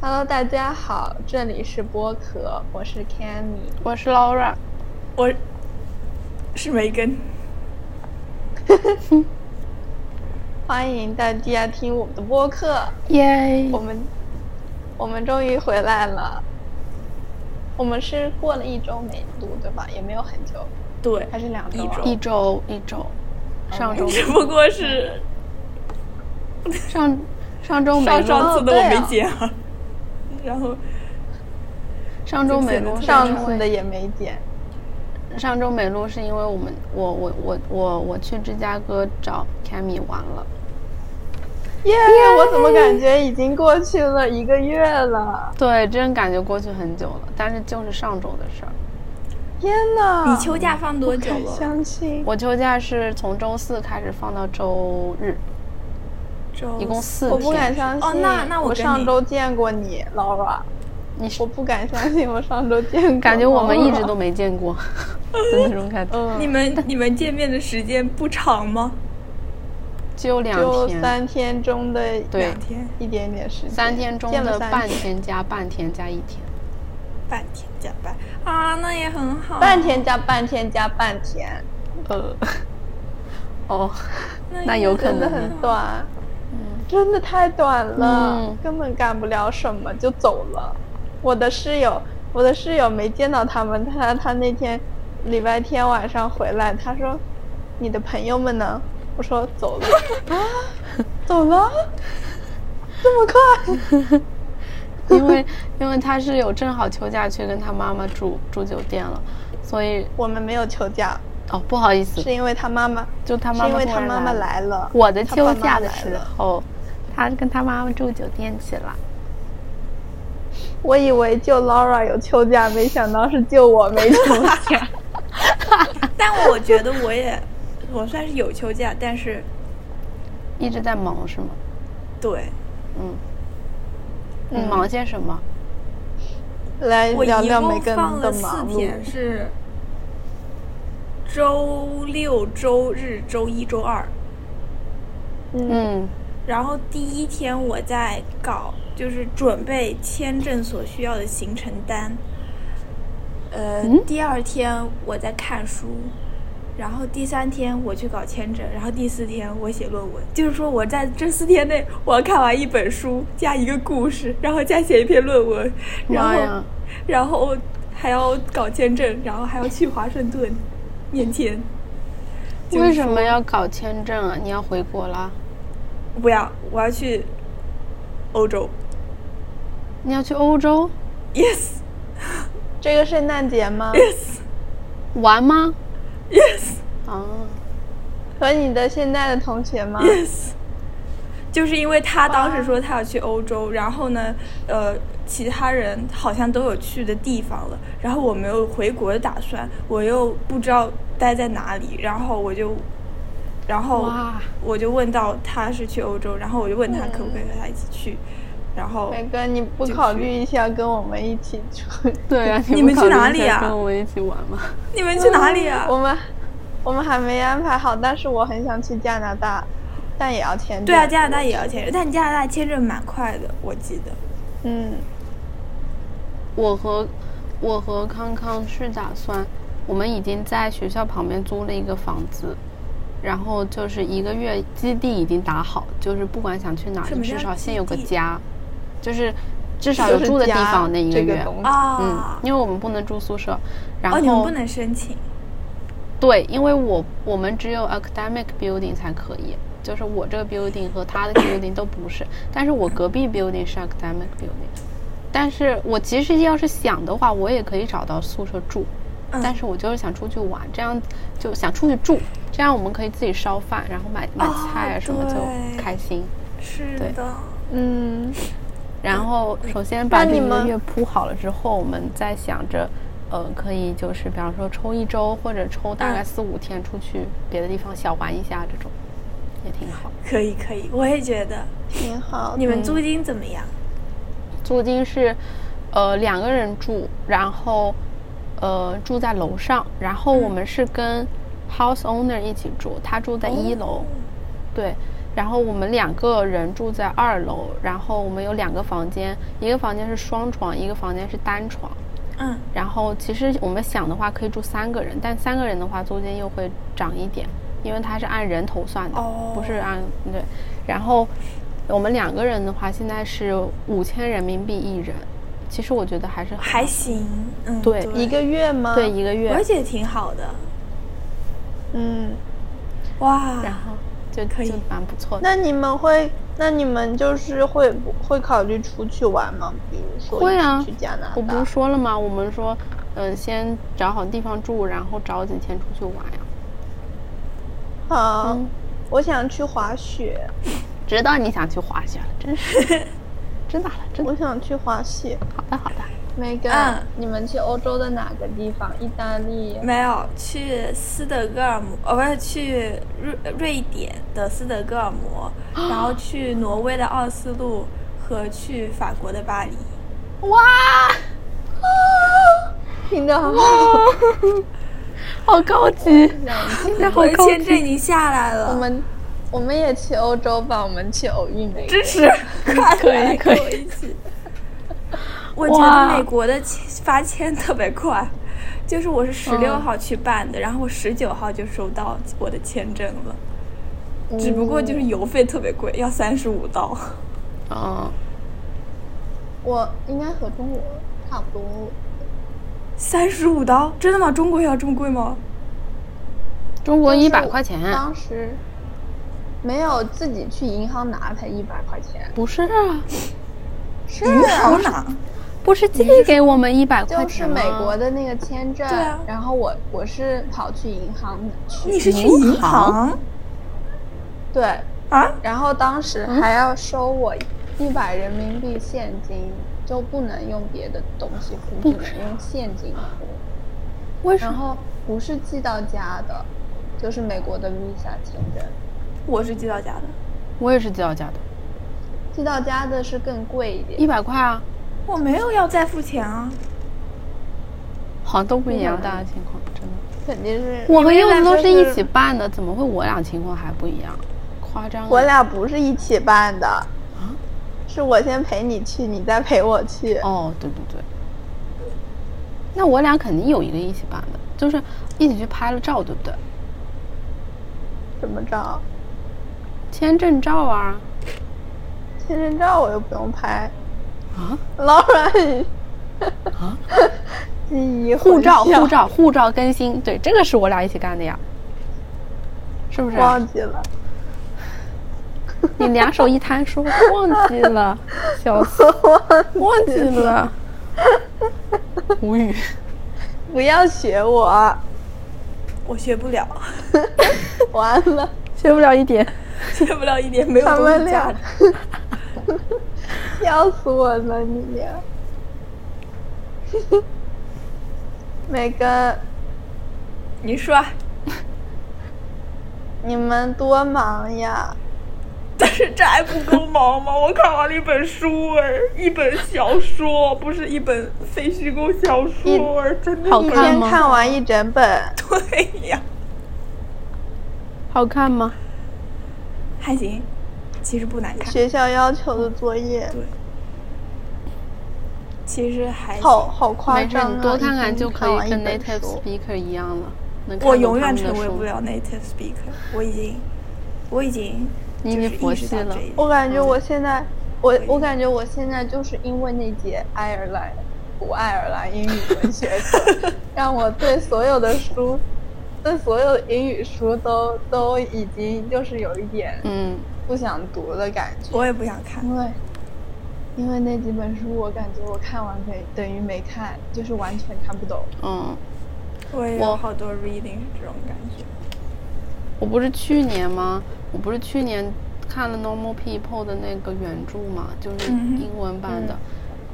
Hello，大家好，这里是剥壳，我是 Cammy。我是 Laura，我是梅根，欢迎大家听我们的播客。耶我们我们终于回来了。我们是过了一周没录，对吧？也没有很久，对， 还是两周、啊？一一周一周，上哦周只不过是上上周没上上录，次的哦我对没啊剪啊，然后上周没就录，是上次的的也没剪。上周没录是因为我们我我我我我去芝加哥找 Cammy 玩了，耶我怎么感觉已经过去了一个月了？对，真感觉过去很久了，但是就是上周的事儿。天哪！你秋假放多不久敢了？相信。我秋假是从周四开始放到周日，周一共四我天。不敢相信。哦那那我我跟上你周见过你，Laura。你是我不敢相信我上周见过。感觉我们一直都没见 过的那种感觉，嗯，你们你们见面的时间不长吗？只有两就天，三天中的对两天一点点时间，三天中见了的三半，天加半天加一天。半天加班啊，那也很好。半天加半天加半天，呃，哦，那那也有可真的能啊很呢短，真的太短了，嗯根本干不了什么就走了。我的室友，我的室友没见到他们，他他那天礼拜天晚上回来，他说：“你的朋友们呢？”我说：“走 了啊，走了，这么快。”因为因为他是有正好休假去跟他妈妈住住酒店了，所以我们没有休假，哦不好意思，是因为他妈妈，就他是妈因妈为突他然妈妈了来了，我的他休爸妈假的来时了候，他跟他妈妈住酒店去了。我以为就 Laura 有休假，没想到是就我没休 假。但我觉得我也我算是有休假，但是一直在忙是吗？对嗯，你嗯忙些什么？来我聊一聊梅共根放的了四忙碌天，。是周六、周日、周一周二。嗯，嗯，然后第一天我在搞，就是准备签证所需要的行程单。呃，嗯第二天我在看书，然后第三天我去搞签证，然后第四天我写论文。就是说，我在这四天内，我要看完一本书，加一个故事，然后再写一篇论文，然妈后呀，然后还要搞签证，然后还要去华盛顿面签。就是为什么要搞签证啊？你要回国啦？不要，我要去欧洲。你要去欧洲 Yes。这个圣诞节吗？ Yes, 玩吗？ yes, 啊，和你的现在的同学吗？ yes。就是因为他当时说他要去欧洲，然后呢，呃，其他人好像都有去的地方了，然后我没有回国的打算，我又不知道待在哪里，然后我就，然后哇我就问到他是去欧洲，然后我就问他可不可以和他一起去，然后梅根，你不就考是虑一下跟我们一起出？对啊，你不们去考虑哪一里下啊跟我一起玩吗？你们去哪里啊？嗯我们我们还没安排好，但是我很想去加拿大，但也要签证。对啊，加拿大也要签证，但加拿大签证蛮快的，我记得。嗯，我和我和康康是打算，我们已经在学校旁边租了一个房子，然后就是一个月基地已经打好，就是不管想去哪儿，什你么至叫少先基有个地家，就是至少就有是住的地家方那一这月。东西嗯啊，，因为我们不能住宿舍，然后、哦，你们不能申请。对，因为我我们只有 academic building 才可以，就是我这个 building 和他的 building 都不是，但是我隔壁 building 是 academic building，但是我其实要是想的话，我也可以找到宿舍住，嗯但是我就是想出去玩，这样就想出去住，这样我们可以自己烧饭，然后买买哦菜啊什么对就开心。是对的。嗯，然后首先那把这你一个们月铺好了之后，我们再想着，呃，可以就是比方说抽一周或者抽大概嗯四五天出去别的地方小玩一下，这种也挺好。可以可以，我也觉得。挺好。你们租嗯金怎么样？租金是，呃，两个人住，然后，呃，住在楼上，然嗯哦后我们是跟 house owner 一起住，他住在一楼，对，然后我们两个人住在二楼，然后我们有两个房间，一个房间是双床，一个房间是单床。嗯，然后其实我们想的话可以住三个人，但三个人的话租金又会涨一点，因为它是按人头算的，哦不是按对。然后我们两个人的话，现在是五千人民币一人，其实我觉得还是很还行，嗯，对一个月吗？对，一个我月，也觉得挺好的，嗯，哇，然后就可以就蛮不错的。那你们会，那你们就是会不会考虑出去玩吗？比如说会啊一起去加拿大，我不是说了吗？我们说，嗯，先找好地方住，然后找几天出去玩啊呀。好、嗯我想去滑雪，知道你想去滑雪了，真是， 知道了，知道我了。想去滑雪。好的，好的。梅根、嗯你们去欧洲的哪个地方？意大利？没有去斯德哥尔摩，哦，不是去瑞瑞典的斯德哥 尔摩，然后去挪威的奥斯陆和去法国的巴黎。哇，听着好，好高级，听着好我的高签证级。已经下来了，我们我们也去欧洲吧，我们去偶遇梅根。支持，快可以来可跟以我一起。我觉得哇美国的签发签特别快， 就是我是十六嗯号去办的，然后我十九号就收到我的签证了，哦只不过就是邮费特别贵，要三十五刀。 嗯，我应该和中国差不多。三十五刀，真的吗？中国要这么贵吗？中国就一是百块钱，当时没有自己去银行拿才一百块钱，不是啊，是银啊行拿？不是寄给我们一百块就钱啊是吗？美国的那个签证，啊对啊然后我我是跑去银行去，你是去银银行对，啊？然后当时嗯还要收我一百人民币现金，就不能用别的东西付，只能用现金付。为什然么？后不是寄到家的，就是美国的 Visa 签证，我是寄到家的，我也是寄到家的，寄到家的是更贵一点。一百块啊，我没有要再付钱啊。好像都不一样，大家情况真的。肯定是我和柚子都因是为那一时候起办的，怎么会我俩情况还不一样？夸张啊！我俩不是一起办的，啊是我先陪你去，你再陪我去。哦，对对对，那我俩肯定有一个一起办的，就是一起去拍了照，对不对？怎么着？签证照啊签证照我又不用拍，啊老软啊！记 忆护照混淆护照护照更新，对，这个是我俩一起干的呀，是不是？啊忘记了，你两手一摊说忘记了，笑死，忘记了，无语。不要学我，我学不了， 完 了，学不了一点，学不了一点，没有他东们西价俩 值。笑死我了，你俩。梅根，你说啊，你们多忙呀！ 但是这还不够忙吗？我看完了一本书哎，一本小说，不是一本非虚构小说哎，真的好一看天吗看完一整本，对呀。好看吗？还行，其实不难看，学校要求的作业，其实还行。好好夸没事，张啊！你多一看看天就可看完以一跟本 native 书 speaker 一样了。能看我懂永他远们的成为书不了 native speaker，我已经，我已经你已就是经佛意识系到了这一点我感觉我现在，我以我感觉我现在就是因为那节爱尔兰古爱尔兰英语文学课，让我对所有的书，对所有的英语书都都已经就是有一点嗯，不想读的感觉，我也不想看。因为因为那几本书我感觉我看完等于等于没看，就是完全看不懂。嗯，我也我有好多 reading 是这种感觉。我不是去年吗？我不是去年看了《Normal People》的那个原著嘛，就是嗯哼英文版的，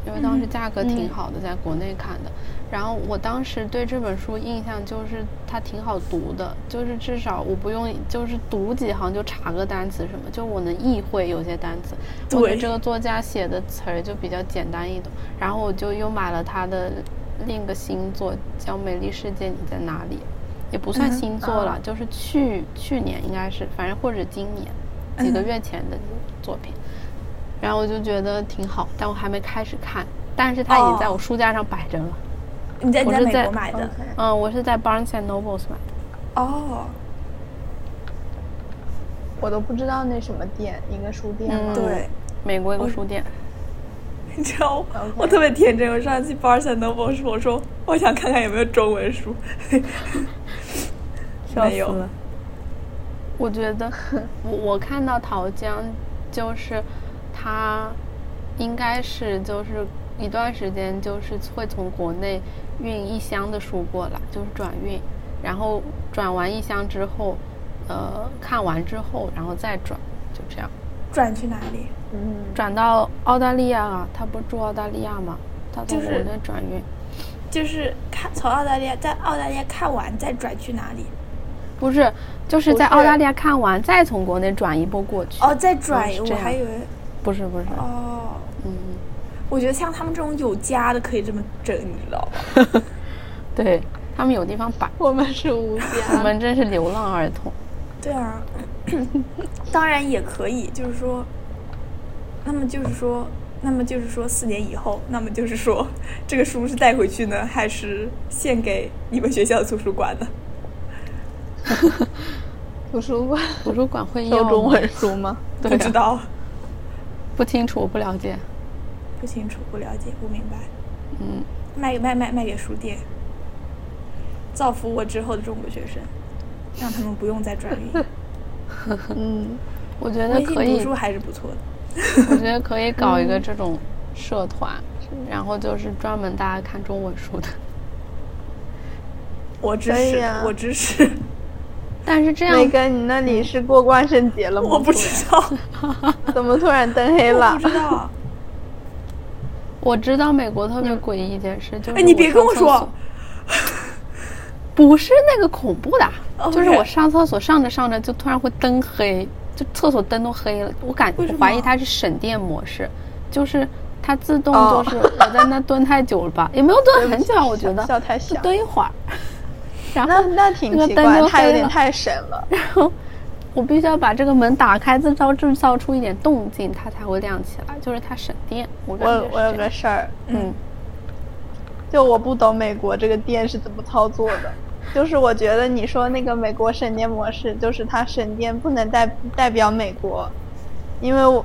因为当时价格挺好的，在国内看的。嗯然后我当时对这本书印象就是它挺好读的，就是至少我不用就是读几行就查个单词什么，就我能意会有些单词。我觉得对这个作家写的词儿就比较简单易懂。然后我就又买了他的另一个新作，叫《美丽世界你在哪里》，也不算嗯哼新作了，就是去去年应该是，反正或者今年，几个月前的作品，然后我就觉得挺好，但我还没开始看，但是它已经哦在我书架上摆着了。你在你我在是美在国买的 OK 嗯，我是在 Barnes and Nobles 买的，哦，我都不知道那什么店，一个书店吗？嗯对，美国一哦个书店。 你知道我特别天真，我上次去 Barnes and Noble 说，我说我想看看有没有中文书， 笑没死有了。我觉得我我看到桃江，就是他应该是就是一段时间就是会从国内运一箱的书过来，就是转运，然后转完一箱之后，呃，看完之后然后再转，就这样转去哪里？嗯，转到澳大利亚啊，他不是住澳大利亚吗？他从就国是内转运，就是看从澳大利亚在澳大利亚看完再转去哪里？不是，就是不在澳是大利亚看完，再从国内转一波过去。哦，再转哦是，这我样还以为不是不是，哦，嗯，我觉得像他们这种有家的可以这么整，你知道吗？对他们有地方摆，我们是无我家，们真是流浪儿童。对啊，当然也可以，就是说，那么就是说，那么就是说，四年以后，那么就是说，这个书是带回去呢，还是献给你们学校的图书馆呢？图书馆图书馆会有有中文书吗？对、啊不知，道，不清楚，我不了解。不清楚，不了解，不明白。嗯，卖给卖卖卖给书店，造福我之后的中国学生，让他们不用再转 运。嗯，我觉得微信可读以书，嗯还是不错的。我觉得可以搞一个这种社团，然后就是专门大家看中文书的。我支可以持，啊我 支持，但是这样梅根，你那里是过万圣节了吗？我不知道，怎么突然灯黑我了不？知道。 我知道美国特别诡异一件事，就是哎，你别跟我我上厕说所，不是那个恐怖的， OK 就是我上厕所上着上着就突然会灯黑，就厕所灯都黑了。我感为什我么怀疑它是省电模式，就是它自动哦 就是我在那蹲太久了吧，也没有蹲很久啊，我觉得笑太就小，蹲一会儿，然那后那挺那个奇灯怪，就他有黑点了太神了。 然后我必须要把这个门打开，制造制造出一点动静，它才会亮起来，就是它省电。我感我觉有是我有这个样事儿，嗯就我不懂美国这个电是怎么操作的。就是我觉得你说那个美国省电模式，就是它省电不能代代表美国，因为我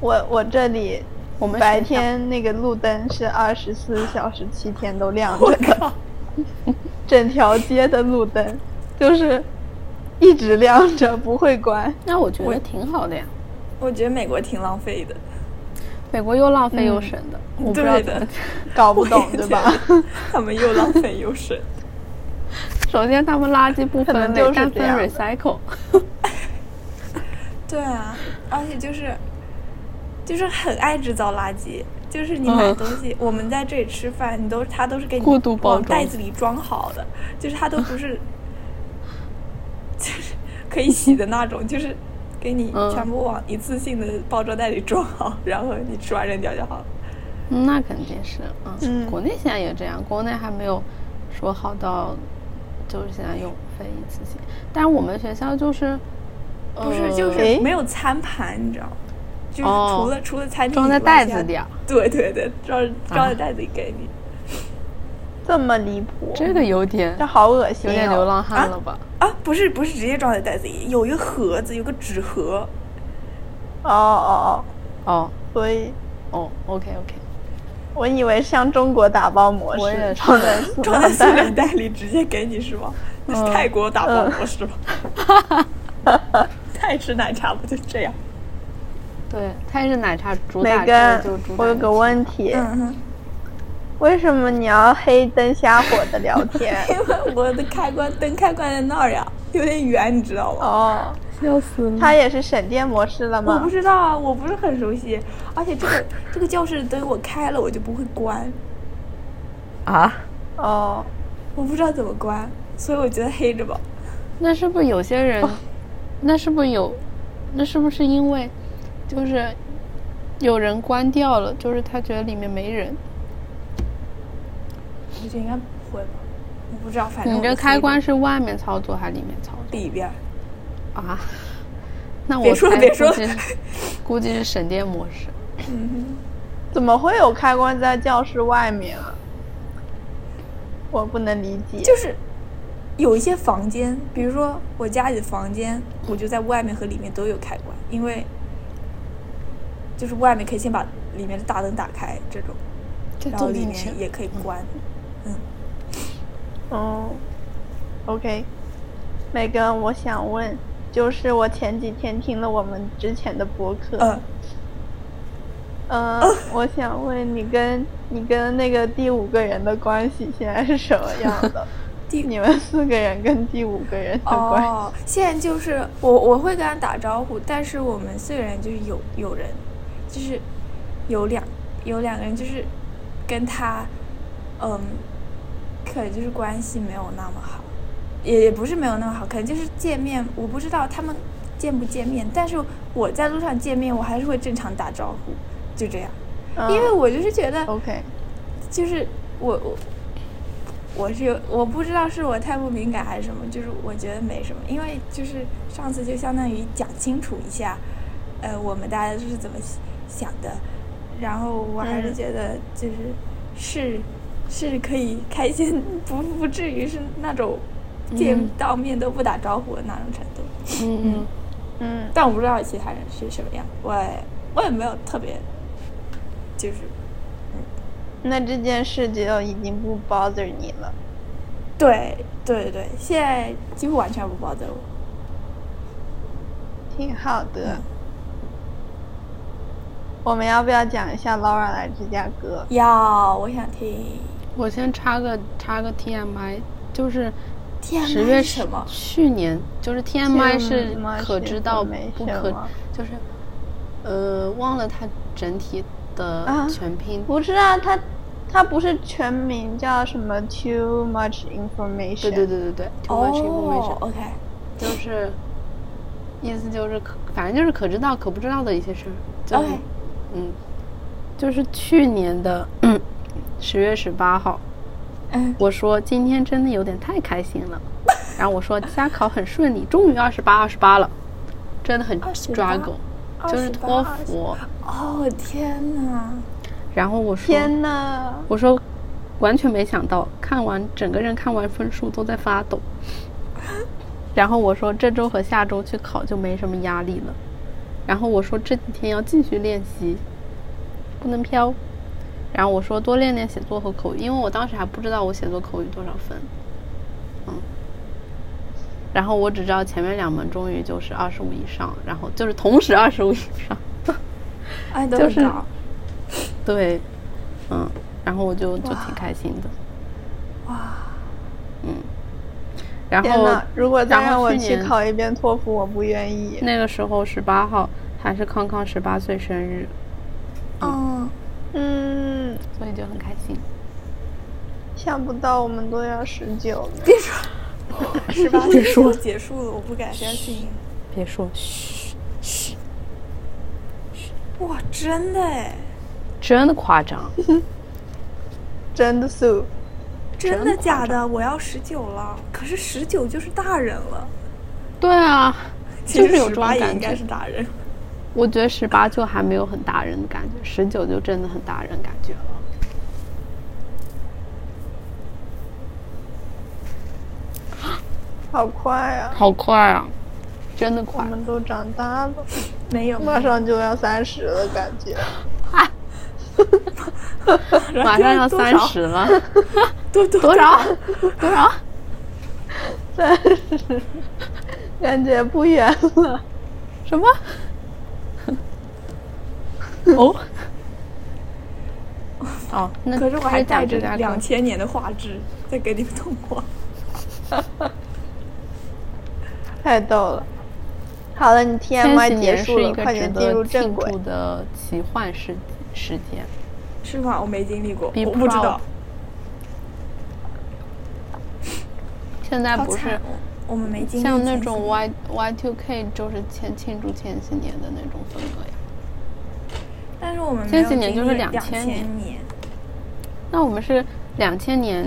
我我这里我们白学校天那个路灯是二十四小时七天都亮着的， 整条街的路灯就是一直亮着不会关。那我觉我得挺好的呀。我觉得美国挺浪费的，美国又浪费又嗯省的，我不知道对怎的么。搞不懂对吧？ 他们又浪费又省。首先，他们垃圾不可分能类就，是但这分样的 recycle。对啊，而且就是就是很爱制造垃圾，就是你买嗯东西，我们在这里吃饭，你都他都是给你过度包往装袋子里装好的，就是他都不是 就是可以洗的那种，就是给你嗯全部往一次性的包装袋里装好，然后你吃完扔掉就好了。嗯那肯定是啊，嗯国内现在也这样，国内还没有说好到就是现在用非一次性，但是我们学校就是不是，呃就是诶没有餐盘，你知道吗？就是哦除了除了餐厅装以在外袋其子他里啊对对对，装装在啊袋子里给你。这么离谱，这个有点这好恶心、有哦，点流浪汉啊了吧？啊，不是不是直接装在袋子里，有一个盒子，有个纸盒，哦哦哦哦，所以哦，OK OK，我以为像中国打包模我式，也是装在 塑料装在塑料袋，袋里直接给你是 吗？那嗯是泰国打包模式吗？ 泰式奶茶不就这样？对，泰式奶茶主梅打根这个就是主，打我有个这问题，嗯哼，为什么你要黑灯瞎火的聊 天？ 因为我的开关灯开关在那儿呀，有点远，你知道吗？哦，个，笑死了。它也是省电模式了我不吗？知道啊，我不是很熟悉，而且这个这个教室的灯我开了我就不会关，啊，哦，我不知道怎么关，所以我觉得黑着吧。那是不是有些人，那是不是有，那是不是因为，就是有人关掉了，就是他觉得里面没人，我觉得应该不会吧，我不知道，反正你我就嗯这黑开着关是外面操作还是里面操里边儿，作啊？ 那我别说猜别说估计是，估计是省电模式。怎么会有开关在教室外面啊？我不能理解。就是有一些房间，比如说我家里的房间，我就在外面和里面都有开关，因为就是外面可以先把里面的大灯打开 这种，这然后动里静是面也可以关。哦，OK，那个我想问，就是我前几天听了我们之前的播客，嗯，嗯、 我想问你跟你跟那个第五个人的关系现在是什么样 的？第你们四个人跟第五个人的关系？哦，现在就是我我会跟他打招呼，但是我们四个人就是有有人，就是有两有两个人就是跟他，嗯，可能就是关系没有那么好，也也不是没有那么好，可能就是见面，我不知道他们见不见面，但是我在路上见面，我还是会正常打招呼，就这样，因为嗯我就是觉得 OK，就是我我我是有我不知道是我太不敏感还是什么，就是我觉得没什么，因为就是上次就相当于讲清楚一下，呃，我们大家都是怎么想的，然后我还是嗯觉得就是是、是可以 开心，不不至于是那种见嗯到面都不打招呼的那种程度。嗯嗯，嗯但我不知道其他人是什么样，我也我也没有特别就是那这件事就已经不 bother 你了。对对对，现在几乎完全不 bother 我。挺好的。嗯我们要不要讲一下 Laura 来芝加哥？要，我想听。我先插个插个 TMI，就是天十哪月是十什么？去年就是 TMI 是 TMI 是可知道没不什可么，就是呃忘了它整体的啊全拼。不是啊，他他不是全名叫什么 Too Much Information？对对对对对，too 哦 much information，、 o k 就是意思就是可反正就是可知道可不知道的一些事儿。就 OK，嗯，就是去年的十月十八号，嗯，我说今天真的有点太开心了，然后我说加考很顺利，终于二十八二十八了，真的很28 struggle，就是托福。哦，天哪！然后我说，天呐，我说完全没想到，看完整个人看完分数都在发抖。 然后我说这周和下周去考就没什么压力了。然后我说这几天要继续练习，不能飘。然后我说多练练写作和口语，因为我当时还不知道我写作口语多少分，嗯。然后我只知道前面两门终于就是二十五以上，然后就是同时二十五以上。哎，都就很是高对，嗯，然后我就就挺开心的，哇，嗯，然天后呐，如果再然后让我去去年考一遍托福，我不愿意。那个时候十八号还是康康十八岁生日，嗯，嗯，所以就很开心。想不到我们都要十九了。别 说，十八别岁说就结束了，我不敢相信。别说，哇，真的哎，真的夸张，真的素，真的真假的？我要十九了，可是十九就是大人了，对啊，其就实是有十这种八也感应该觉是。大人。我觉得十八就还没有很大人的感觉，十九就真的很大人感觉了。好快啊！好快啊，真的我快！们都长大了，没有，马上就要三十了，感觉。马上要多少三十了，多多多少？多少？三十，感觉不远了。什么？ 哦，哦，那可是我就还是讲带着芝加哥两千年的画质在给你们通话。太逗了。好了，你千禧 TMI 结年束是一了，个快值点进入得正庆轨祝。的奇幻世世界。 是吗？我没经历过， Be 我不知道。现在好不惨是哦，我们没经历。像那种 Y Y Two K 就是千庆祝千禧年的那种风格呀。但是我们没千有禧年经就是历2000 2000年年。那我们是两千年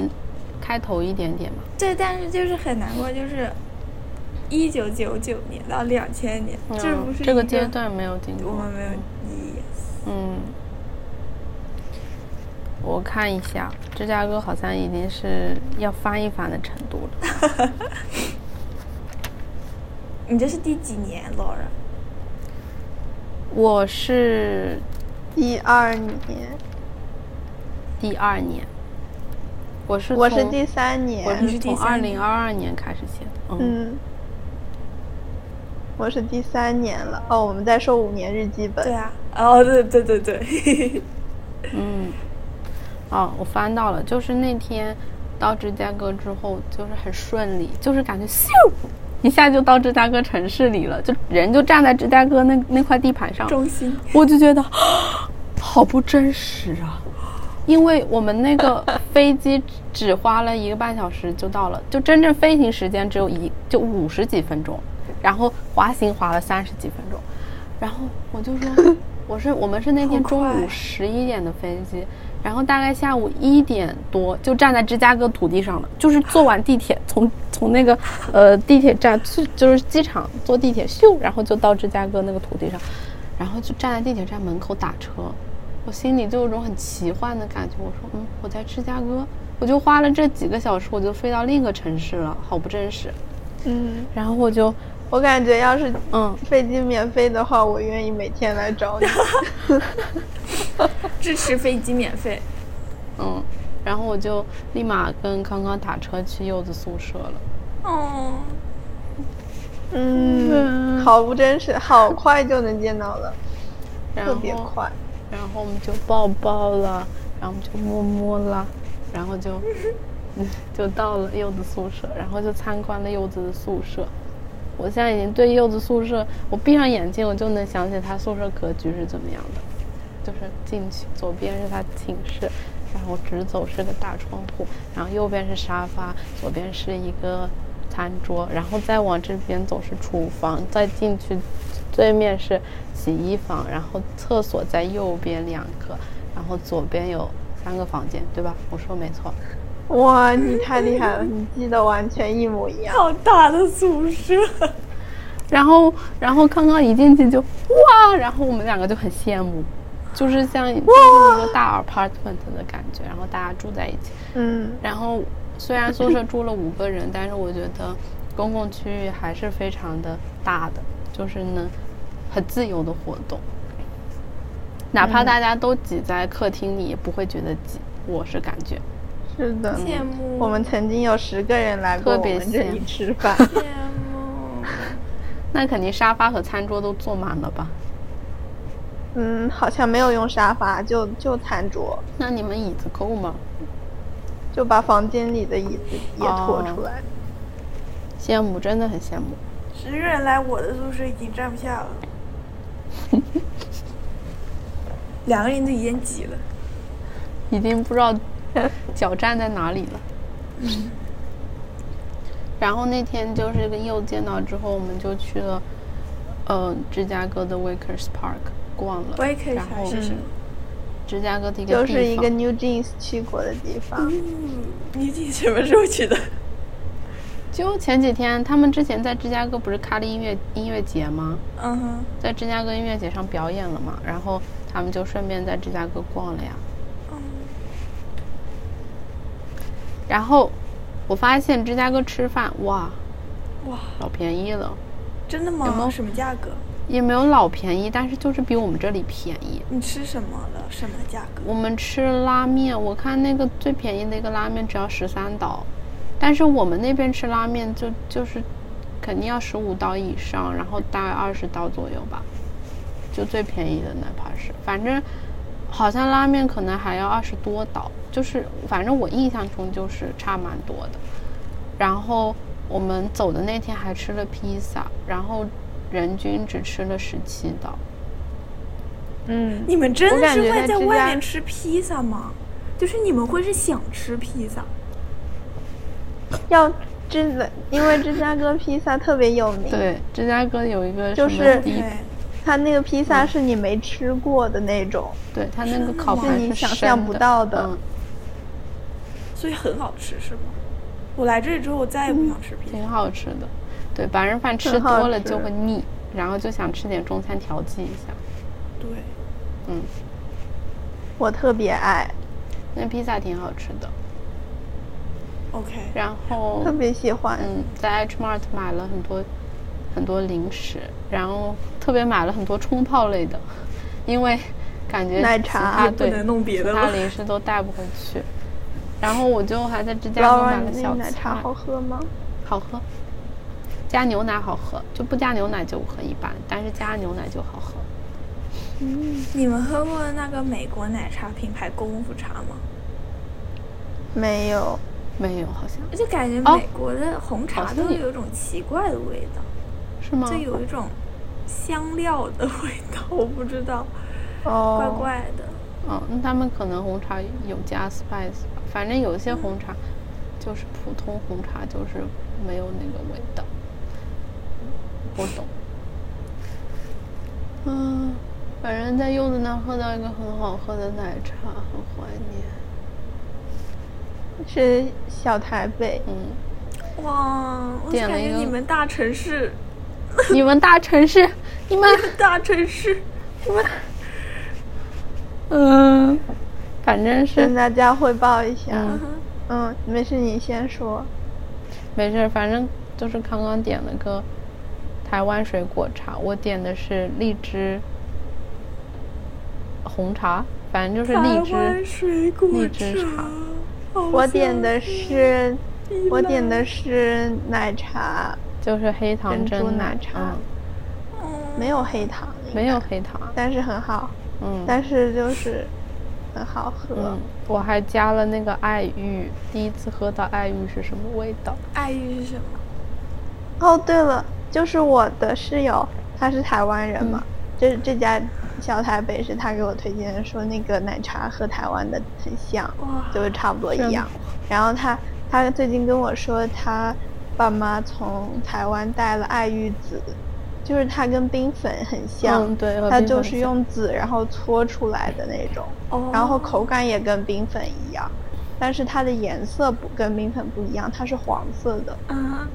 开头一点点嘛？对，但是就是很难过，就是一九九九年到两千年，这不嗯是这个一个阶段没有经过，我们没有嗯意义。嗯，我看一下，芝加哥好像已经是要翻一翻的程度了。你这是第几年，Laura？我是一二年，第二年，我是我是从第三年，我你是是第从二三零年二二年开始写的，嗯，嗯，我是第三年了。哦，我们在说五年日记对本，啊，哦，对对对对， 嗯，哦，我翻到了，就是那天到芝加哥之后，就是很顺利，就是感觉咻一下就到芝加哥城市里了，就人就站在芝加哥那那块地盘上，中心我就觉得好不真实啊。因为我们那 个飞机只花了一个半小时就到了，就真正飞行时间只有一就五十几分钟，然后滑行滑了三十几分钟，然后我就说 我是我们是那天好中快午十一点的飞机，然后大概下午一点多就站在芝加哥土地上了，就是坐完地铁从从那个呃地铁站去就是机场坐地铁咻，然后就到芝加哥那个土地上，然后就站在地铁站门口打车，我心里就有种很奇幻的感觉。我说，嗯，我在芝加哥，我就花了这几个小时，我就飞到另一个城市了，好不真实。嗯，然后我就，我感觉要是嗯，飞机免费的话，我愿意每天来找你。支持飞机免费。嗯，然后我就立马跟康康打车去柚子宿舍了。哦，嗯，好不真实，好快就能见到了，然特后别快。然后我们就抱抱了，然后我们就摸摸了，然后就， 嗯，就到了柚子宿舍，然后就参观了柚子的宿舍。我现在已经对柚子宿舍，我闭上眼睛，我就能想起它宿舍格局是怎么样的，就是进去左边是它寝室，然后直走是个大窗户，然后右边是沙发，左边是一个餐桌，然后再往这边走是厨房，再进去对面是洗衣房，然后厕所在右边两个，然后左边有三个房间，对吧？我说没错。哇，你太厉害了，你记得完全一模一样。好大的宿舍，然后，然后康康一进去就哇，然后我们两个就很羡慕，就是像就是一个大 apartment 的感觉，然后大家住在一起。嗯然后虽然宿舍住了五个人，但是我觉得公共区域还是非常的大的，就是能很自由的活动，哪怕大家都挤在客厅里，也不会觉得挤。我是感觉，是的，羡慕我们曾经有十个人来过特我别们这里羡吃 饭。羡慕。啊那肯定沙发和餐桌都坐满了吧？嗯，好像没有用沙发，就就餐桌，那你们椅子够吗？就把房间里的椅子也拖出来。哦羡慕，真的很羡慕。十个人来我的宿舍已经站不下了，两个人就已经挤了。已经不知道脚站在哪里了。然后那天就是跟柚见到之后，我们就去了，呃，芝加哥的 Wakers Park 逛了。我也可以然尝后试什么？芝加哥的一个就地是一个方 New Jeans 去过的地方，嗯你你什么时候去的？就前几天他们之前在芝加哥不是开了音乐音乐节吗？嗯哼，在芝加哥音乐节上表演了嘛，然后他们就顺便在芝加哥逛了呀。然后我发现芝加哥吃饭，哇，哇，老便宜了。真的有没有吗？什么价格？也没有老便宜，但是就是比我们这里便宜。你吃什么了？什么价格？我们吃拉面，我看那个最便宜的一个拉面只要十三刀，但是我们那边吃拉面就就是肯定要十五刀以上，然后大概二十刀左右吧，就最便宜的哪怕是，反正好像拉面可能还要二十多刀，就是反正我印象中就是差蛮多的。然后我们走的那天还吃了披萨，然后人均只吃了十七刀。嗯，你们真我的感是觉会在在芝外加面吃披萨吗？就是你们会是想吃披萨？要芝的，因为芝加哥披萨特别有名，对，芝加哥有一个就什么是第一对，它那个披嗯萨是你没吃过的那种，对它那个真的烤吗是盘你想生象不到的嗯，所以很好吃是吗？我来这里之后，我再也不想吃披萨。挺好吃的。对，白人饭吃很好多了吃就会腻，然后就想吃点中餐调剂一下。对，嗯，我特别爱，那披萨挺好吃的。 OK，然后特别喜欢。嗯，在 H Mart 买了很多很多零食，然后特别买了很多冲泡类的，因为感觉奶其茶他也不对能弄别的其他了零食都带不回去。然后我就还在芝加老哥买软了那小奶茶菜好喝吗？好喝，加牛奶好喝，就不加牛奶就很一般，但是加牛奶就好喝。你们喝过那个美国奶茶品牌功夫茶吗？没有，没有，好像我就感觉哦美国的红好茶像都有有一种奇怪的味道，是吗？就有一种香料的味道，我不知道，哦，怪怪的。嗯，那他们可能红茶有加 spice 吧，反正有些红茶就是普通红茶，就是没有那个味道。我懂。嗯，反正在柚子那儿喝到一个很好喝的奶茶，很怀念。是小台北，嗯， 哇，我就点感了一觉个你们大城市，你们大城市，你们大城市，嗯，反正是跟大家汇报一下。嗯嗯，没事，你先说。没事儿，反正就是刚刚点了个台湾水果茶，我点的是荔枝红茶，反正就是台荔湾枝水果荔枝茶好我像点的是，依我赖点的是奶茶，就是黑糖珍珠蒸奶奶茶嗯嗯没有黑糖，没有黑糖，但是很好，嗯但是就是很好喝。嗯，我还加了那个爱玉，第一次喝到爱玉是什么味道？爱玉是什么？哦，对了，就是我的室友，他是台湾人嗯嘛，这这家小台北是他给我推荐的，说那个奶茶和台湾的很像，哇就是差不多是一吗样。然后他他最近跟我说，他爸妈从台湾带了爱玉子，就是它跟冰粉很像，嗯对和它冰就粉是像用籽然后搓出来的那种。哦，然后口感也跟冰粉一样，但是它的颜色不跟冰粉不一样，它是黄色的，啊，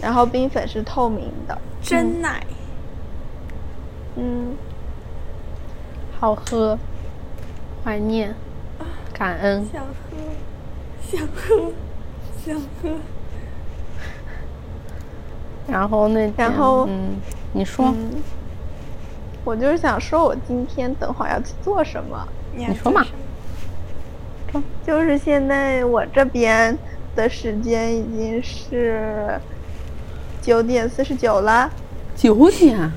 然后冰粉是透明的。真奶，嗯，好喝，怀念，感恩。想喝，想喝，想喝。然后那天后嗯，你说、嗯我就是想说，我今天等会儿要去做什么，你你说嘛就是现在我这边的时间已经是九点四十九了，九点啊，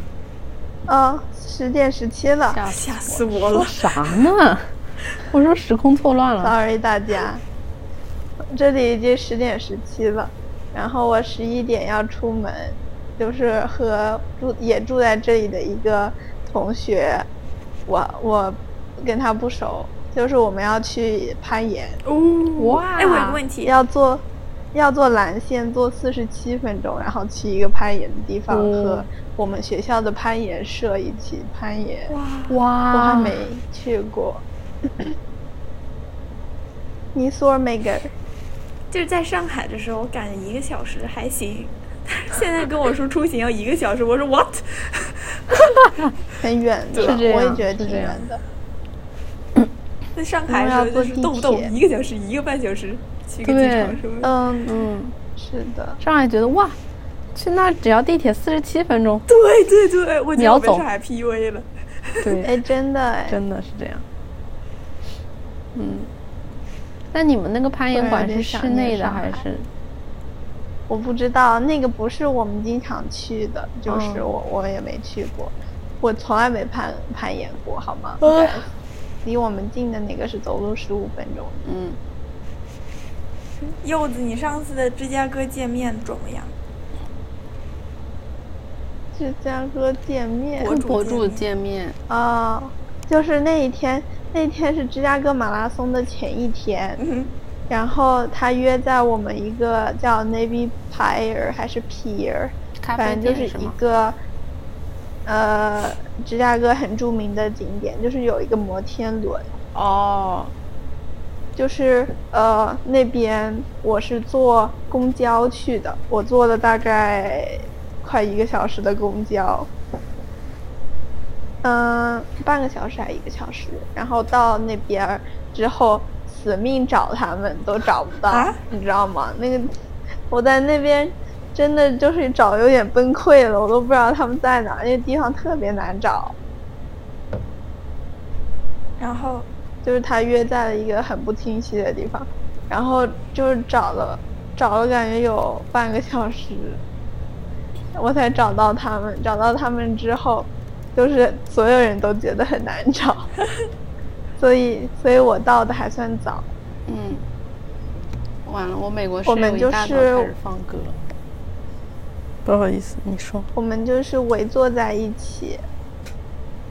哦，十点十七了吓死吓死我了说！啥呢？ 我说时空错乱了。 ，sorry 大家，这里已经十点十七了，然后我十一点要出门，就是和住也住在这里的一个同学，我我跟他不熟，就是我们要去攀岩，哦哇哎，我有个问题，要坐要坐蓝线，坐四十七分钟，然后去一个攀岩的地方、哦和我们学校的攀岩社一起攀岩，哇，哇，我还没去过。 你说没个？就是在上海的时候，我赶一个小时还行，但是现在跟我说出行要一个小时，我说 what？ 很远的，是这我也样觉得是挺这远样的。在上海的时候就是动不我要坐动地铁一个小时、一个半小时去个机场什么的。。嗯，嗯，是的，上海觉得哇，去那儿只要地铁四十七分钟对对对，我觉得秒我被走上海 PUA 了。对，哎，真的哎，真的是这样。嗯，那你们那个攀岩馆突然有是点想室内念的上海还是？我不知道那个不是我们经常去的，就是嗯我、我也没去过，我从来没攀攀岩过，好吗？呃离我们近的那个是走路十五分钟。嗯，柚子，你上次的芝加哥见面怎么样？芝加哥见面博跟主博见主面见面。啊、就是那一天，那天是芝加哥马拉松的前一天，嗯，然后他约在我们一个叫 Navy Pier 还是 Pier，咖啡反正就店是是一吗个呃芝加哥很著名的景点，就是有一个摩天轮，哦，就是呃那边我是坐公交去的，我坐了大概快一个小时的公交，嗯、半个小时还一个小时，然后到那边儿之后死命找他们都找不到，啊你知道吗？那个我在那边真的就是找有点崩溃了，我都不知道他们在哪儿，那个地方特别难找。然后就是他约在了一个很不清晰的地方，然后就是找了找了，感觉有半个小时，我才找到他们。找到他们之后，就是所有人都觉得很难找， 所以所以我到的还算早。嗯，完了，我美国室我们友一就大早是开始放歌。不好意思，你说。我们就是围坐在一起，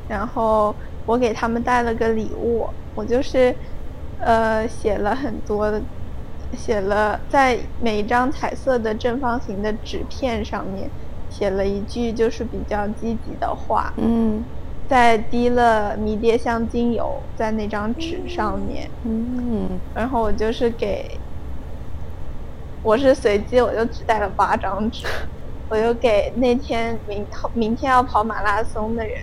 然后我给他们带了个礼物，我就是呃写了很多的，写了在每一张彩色的正方形的纸片上面写了一句就是比较积极的话，嗯再滴了迷迭香精油在那张纸上面，嗯，然后我就是给，我是随机，我就只带了八张纸，我就给那天明明天要跑马拉松的人。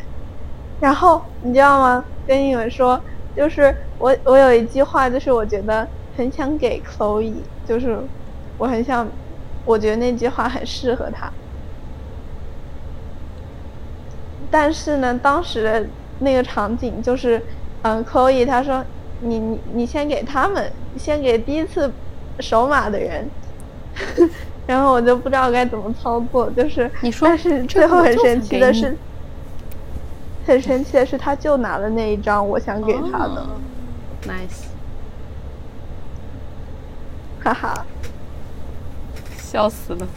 然后你知道吗？跟你们说，就是我我有一句话，就是我觉得很想给 Chloe，就是我很想，我觉得那句话很适合她。但是呢，当时的那个场景就是，嗯，Chloe 她说你你你先给他们，先给第一次首马的人， 然后我就不知道该怎么操作，就是你说但是这最个后我很就神想奇给的你是，很神奇的是，他就拿了那一张我想给他的，哦 nice，哈哈，笑死了。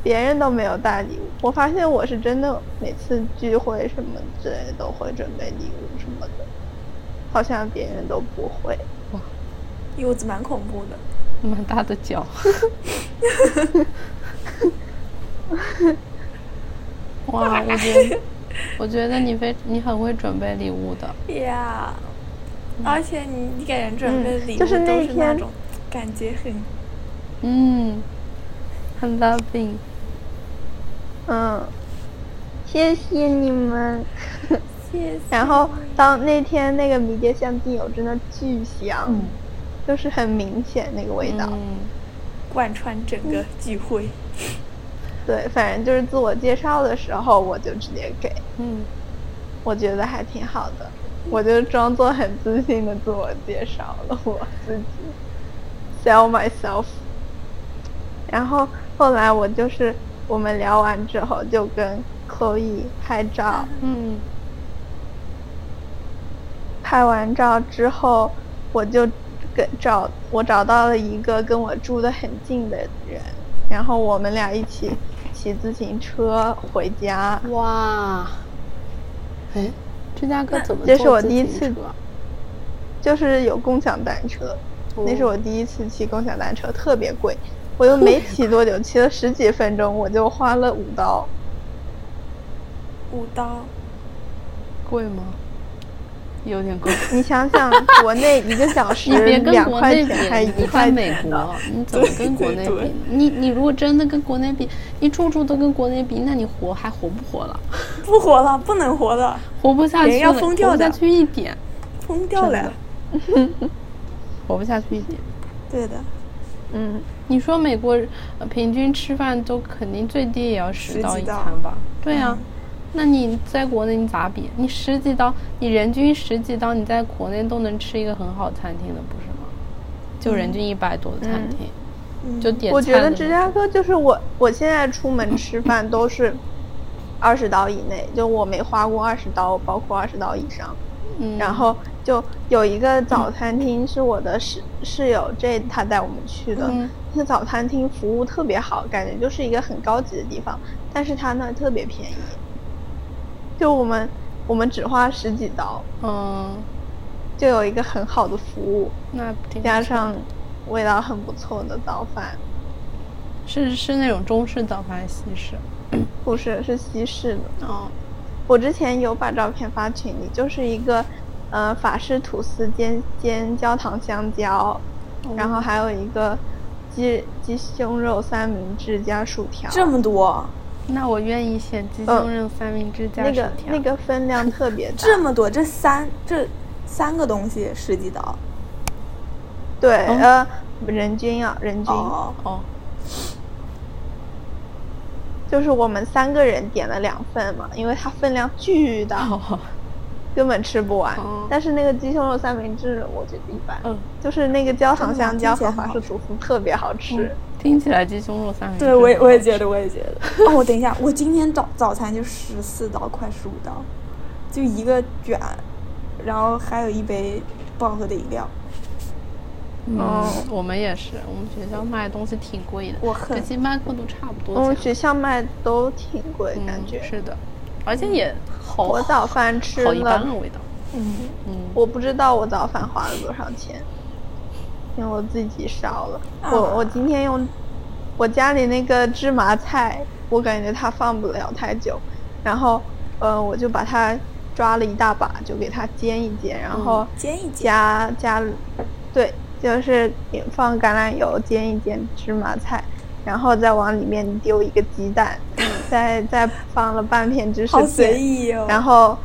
别人都没有带礼物，我发现我是真的每次聚会什么之类的都会准备礼物什么的，好像别人都不会。柚子蛮恐怖的，蛮大的 脚。哇，我觉得，我觉得你非你很会准备礼物的。呀、而且你你给人准备的礼物嗯就都是那是那天种感觉很嗯，很 loving。嗯，谢谢你们。谢谢。然后当那天那个迷迭香精油真的巨香，就是很明显那个味道。嗯，贯穿整嗯个聚会，对，反正就是自我介绍的时候我就直接给，嗯，我觉得还挺好的，我就装作很自信的自我介绍了我自己，sell myself。然后后来我就是我们聊完之后就跟 Chloe 拍照，嗯，拍完照之后，我就跟找我找到了一个跟我住的很近的人，然后我们俩一起骑自行车回家。哇，嗯哎，芝加哥怎么坐自行车啊？这是我第一次就是有共享单车，哦那是我第一次骑共享单车，特别贵，我又没骑多久，骑了十几分钟，我就花了五刀。舞刀贵吗？有点贵。你想 想，国内一个小时你别跟两国块内钱还比，一你块看美钱呢国，你怎么跟国内比？你你如果真的跟国内比，你处处都跟国内比，那你活还活不活了？不活了，不能活了，活不下去了，人要疯掉活不的下去一点，疯掉真了的。活不下去一点。对的，嗯，你说美国呃平均吃饭都肯定最低也要十十刀几一刀餐吧？对啊，那你在国内你咋比？你十几刀，你人均十几刀，你在国内都能吃一个很好餐厅的，不是吗？就人均一百多的餐嗯厅，嗯就点我觉菜得的芝那种加哥就是我，我现在出门吃饭都是二十刀以内，就我没花过二十刀，包括二十刀以上。嗯，然后就有一个早餐厅是我的室室友 J 他带我们去的，嗯那早餐厅服务特别好，感觉就是一个很高级的地方，但是它呢特别便宜，就我们我们只花十几刀嗯，就有一个很好的服务，那挺加不错上味道很不错的早饭，是是那种中式早饭还是西式？不是是西式的。哦，我之前有把照片发群里，就是一个呃法式吐司煎煎焦糖香蕉，哦然后还有一个鸡鸡胸肉三明治加薯条。这么多，那我愿意选鸡胸肉三明治加嗯那薯条。个那个分量特别大，这么多，这三这三个东西十几刀。对呃人均啊人均，哦哦，就是我们三个人点了两份嘛，因为它分量巨大，根本吃不完。哦但是那个鸡胸肉三明治我觉得一般，嗯就是那个焦糖真的吗香蕉听起来和很法好式吐司特别好吃。听起来鸡胸肉三明治对，我也很好我也吃觉得，我也觉得。哦，我等一下，我今天早早餐就十四刀，快十五刀，就一个卷，然后还有一杯不好喝的饮料。嗯，哦我们也是，我们学校卖的东西挺贵的，我恨跟星巴克都差不多我价。们学校卖都挺贵，嗯感觉。嗯是的，而且也好我早饭吃好一般了的，味道。嗯，嗯，我不知道我早饭花了多少钱，因为我自己烧了。啊我我今天用我家里那个芝麻菜，我感觉它放不了太久，然后呃我就把它抓了一大把，就给它煎一煎，然后煎一煎加加，对，就是放橄榄油煎一煎芝麻菜。然后再往里面丢一个鸡 蛋，嗯再再放了半片芝士好片，随意哦。然后，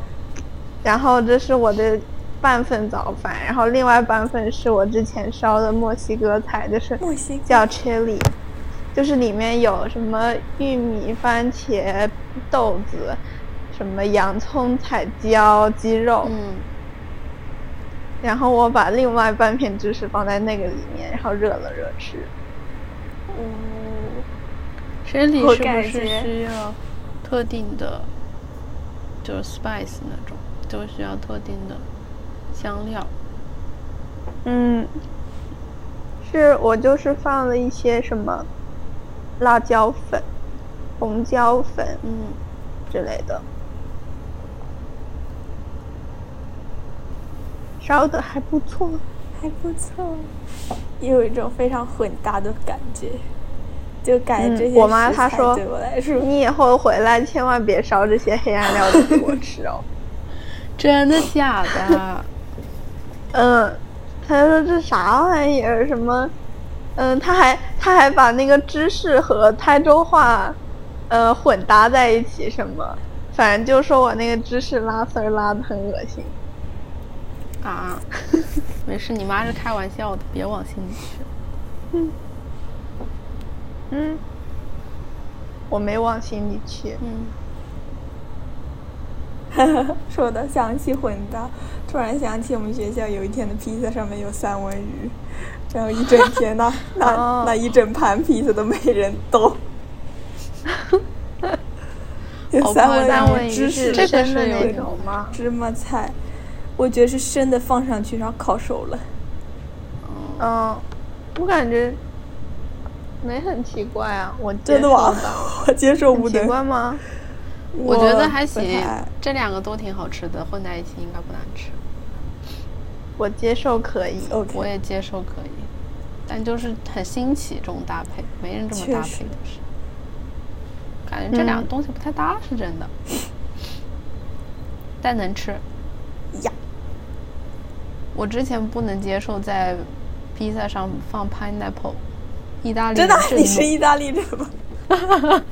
然后这是我的半份早饭，然后另外半份是我之前烧的墨西哥菜，就是墨西哥叫 chili，就是里面有什么玉米、番茄、豆子，什么洋葱、彩椒、鸡肉，嗯，然后我把另外半片芝士放在那个里面，然后热了热吃。这里我是不感是觉需要特定的，就是 spice 那种，就是需要特定的香料？嗯，是我就是放了一些什么辣椒粉、红椒粉嗯，之类的，烧的还不错。还不错，有一种非常混搭的感觉，就感觉这嗯些我妈食她材说对我来说，你以后回来千万别烧这些黑暗料理给我吃哦。真的假的？ 嗯，她说这啥玩意儿？什么？嗯，她还她还把那个芝士和台州话，呃，混搭在一起，什么？反正就说我那个芝士拉丝儿拉的很恶心。啊，没事，你妈是开玩笑的，别往心里去。嗯，我没往心里去。嗯，说到想起混搭，突然想起我们学校有一天的披萨上面有三文鱼，然后一整天 那那哦那一整盘披萨都没人动。有好三夸张文文鱼、鱼芝是士、这个生的是有那一种吗？芝麻菜，我觉得是生的放上去，然后烤熟了。嗯，我感觉没很奇怪啊，我真的吗吗？？ 我接受很不奇能。怪吗？我觉得还不行太，这两个都挺好吃的，混在一起应该不难吃。我接受可以。 OK，我也接受可以，但就是很新奇这种搭配，没人这么确搭实配的是。感觉这两个东西不太搭，是真 的。但能吃。呀，我之前不能接受在披萨上放 pineapple，意大利真的人，震你是怒意大利人吗？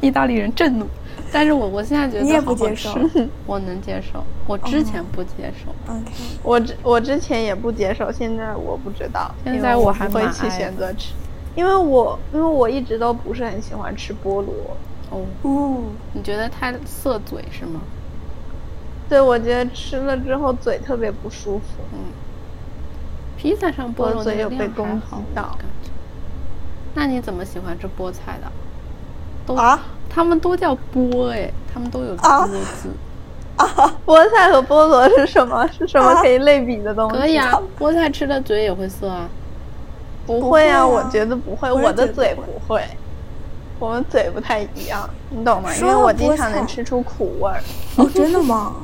意大利人震怒。但是我我现在觉得你也好不好接受吃我能接受。我之前不接受， OK，我之我之前也不接受，现在我不知道，现因为在我我还不会蛮去爱选择吃，因为我因为我一直都不是很喜欢吃菠萝。哦，呜，你觉得太涩嘴是吗？对，我觉得吃了之后嘴特别不舒服。嗯披萨上菠我萝嘴那个有量被还攻好击我到感觉那你怎么喜欢吃菠菜的？都啊，他们都叫菠哎，他们都有啊菠字。菠菜和菠萝是什么？是什么啊可以类比的东西？可以啊，菠菜吃的嘴也会涩啊。不会啊，不会我啊觉得不会，我也我的觉得嘴不会不会，我们嘴不太一样，你懂吗？因说为到我菠经常菜 能吃出苦味儿。哦，真的吗？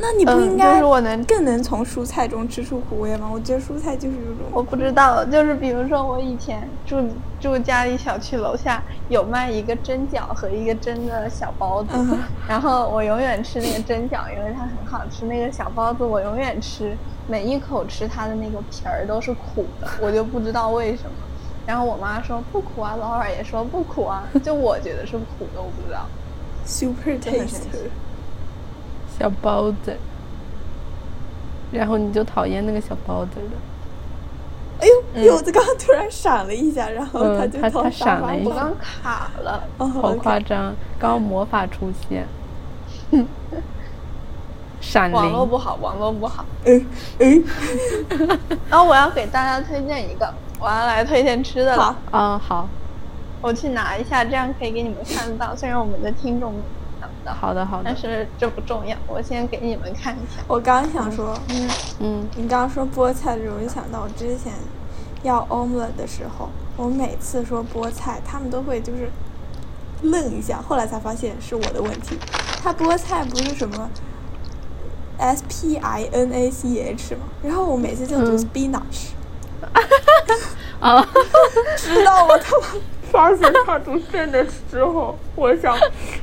那你不嗯应该就是我能更能从蔬菜中吃出苦味吗？我觉得蔬菜就是有我种不知道，就是比如说我以前住住家里小区楼下有卖一个蒸饺和一个蒸的小包子，嗯 然后我永远吃那个蒸饺，因为它很好吃。那个小包子我永远吃，每一口吃它的那个皮儿都是苦的，我就不知道为什么。然后我妈说不苦啊，老二也说不苦啊，就我觉得是苦的，我不知道。 super 很神 taste。奇小包子，然后你就讨厌那个小包子了。哎呦，柚子刚刚突然闪了一下，然后嗯他就它到它沙闪发了一我上下刚卡了，哦好，OK 夸张！刚刚魔法出 现，闪网络灵不好，网络不好。哎哎，然后我要给大家推荐一个，我要来推荐吃的了好。啊、好我去拿一下，这样可以给你们看到。虽然我们的听众看不到，好的好的但，是这不重要。我先给你们看一下。我刚刚想说，嗯，嗯，你刚刚说菠菜的时候，我就想到我之前要 omelet 的时候，我每次说菠菜，他们都会就是愣一下，后来才发现是我的问题。它菠菜不是什么 S P I N A C H 吗？然后我每次就读 spinach，、啊，知道我他妈发现他读真的时候，我想，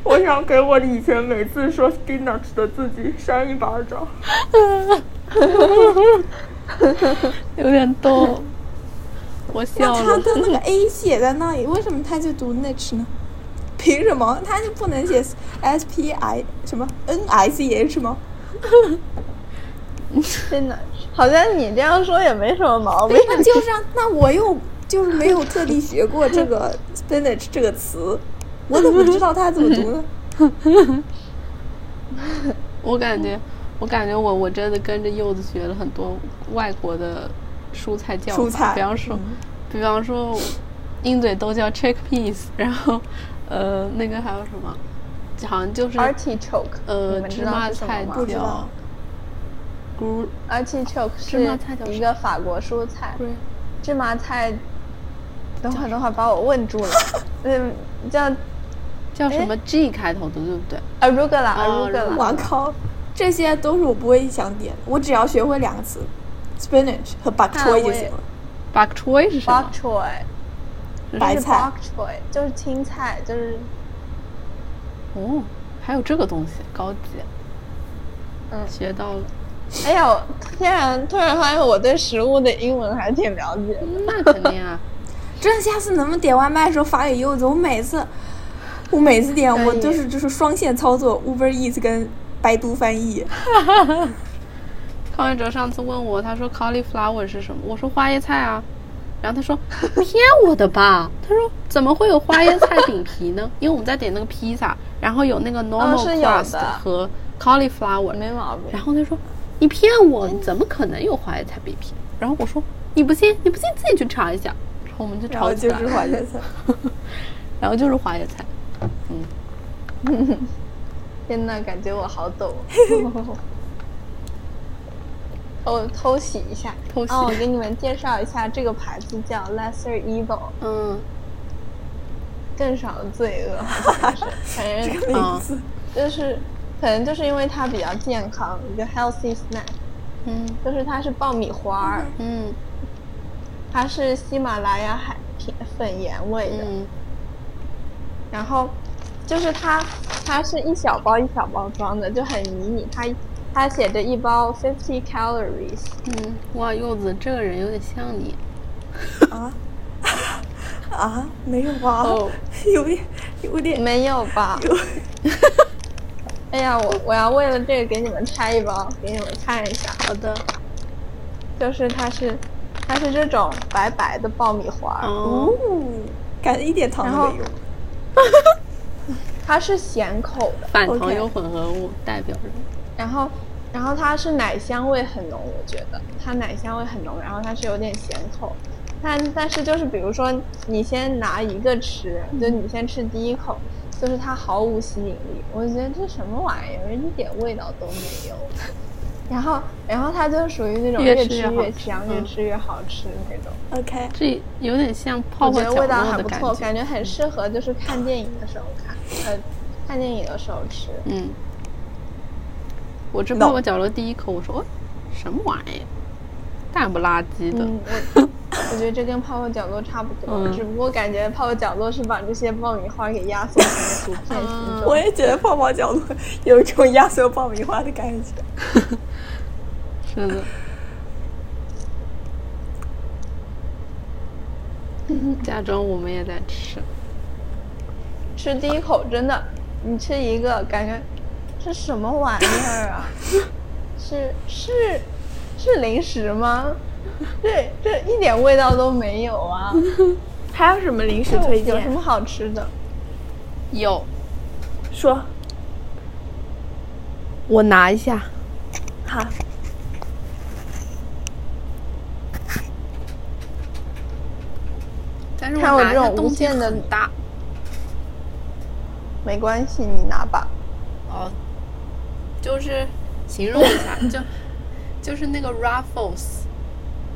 我想给我以前每次说 spinach 的自己扇一巴掌。有点逗，我笑那他了。的那个 A 写在那里，为什么他就读 niche 呢？凭什么他就不能写 S P I 什么 N I C H 吗？真的，好像你这样说也没什么毛病。 那就是啊，那我又就是没有特地学过这 个 spinach 这个词，我怎么知道它怎么读呢？我感觉，我感觉我我真的跟着柚子学了很多外国的蔬菜叫法，蔬菜比方嗯说，比方说，鹰嘴豆叫 chickpeas，然 后，呃，那个还有什么？好像就是 Artichoke，呃你们芝知道麻是什么菜吗不知道叫 gr ？Artichoke 芝麻菜叫是什么一个法国蔬菜， gr 芝麻菜。等会儿，等会儿把我问住了。嗯，叫叫什诶么 G 开头的，对不对？哦 arugula，arugula，我靠，这些都是我不会想点，我只要学会两个词 spinach 和 bok 看 choy 我就也行了。 bok choy 是什 bok 么？ choy，白是 bok 菜 choy，就是青菜，就是哦，还有这个东西，高级。嗯学到了。哎呀，我天然突然发现我对食物的英文还挺了解的。那肯定啊，真的，下次能不能点外卖的时候发给柚子？我每次，我每次点可以我就是就是双线操作，Uber Eats 跟百度翻译。康源哲上次问我，他说 cauliflower 是什么？我说花椰菜啊。然后他说 骗我的吧？他说怎么会有花椰菜饼皮呢？因为我们在点那个披萨，然后有那个 normal 是有 crust 的和 cauliflower，没毛病然后他说你骗我，你怎么可能有花椰菜饼皮？然后我说你不信，你不信自己去查一下。然后我们就然吵后起就来是花椰菜， 然后就是花椰菜。嗯天呐，感觉我好抖。我 偷袭一下，偷袭哦，我给你们介绍一下，这个牌子叫 Lesser Evil，嗯，更少的罪恶，好像是 反正啊，就是，可能就是因为它比较健康，一个 healthy snack，嗯就是它是爆米花儿，嗯它是喜马拉雅海甜粉盐味的，嗯然后就是它，它是一小包一小包装的，就很迷你。它它写着一包 fifty calories，嗯，哇，柚子这个人有点像你。啊啊，没有吧？哦嗯有点有点没有吧？ 哎呀，我我要为了这个给你们拆一包，给你们看一下。好的，就是它是它是这种白白的爆米花，哦，哦，感觉一点糖然都后没有。它是咸口的，反糖 OK 油混合物代表人。然后然后它是奶香味很浓，我觉得它奶香味很浓，然后它是有点咸口，但但是就是比如说你先拿一个吃，就你先吃第一口，就是它毫无吸引力，我觉得这什么玩意儿，一点味道都没有。 然后然后它就属于那种越越吃吃越好越吃香，嗯越吃越好吃那种， OK，这有点像泡我泡觉角得味道落还的不感错，觉。感觉很适合就是看电影的时候看，呃，看电影的时候吃。嗯，我吃泡泡角楼第一口，我说哦，什么玩意？大不拉几的。嗯，我我觉得这跟泡泡角落差不多，嗯只不过感觉泡泡角落是把这些爆米花给压缩成了图片嗯形状。我也觉得泡泡角落有一种压缩爆米花的感觉。是的。家中我们也在吃，吃第一口真的，你吃一个感觉这什么玩意儿啊？ 是是是零食吗？这这一点味道都没有啊！嗯还有什么零食这推有什荐？么好吃的？有说我拿一下。好，但是看我拿这的种东无西限的很大没关系，你拿吧。哦，就是形容一 下，就就是那个 Ruffles，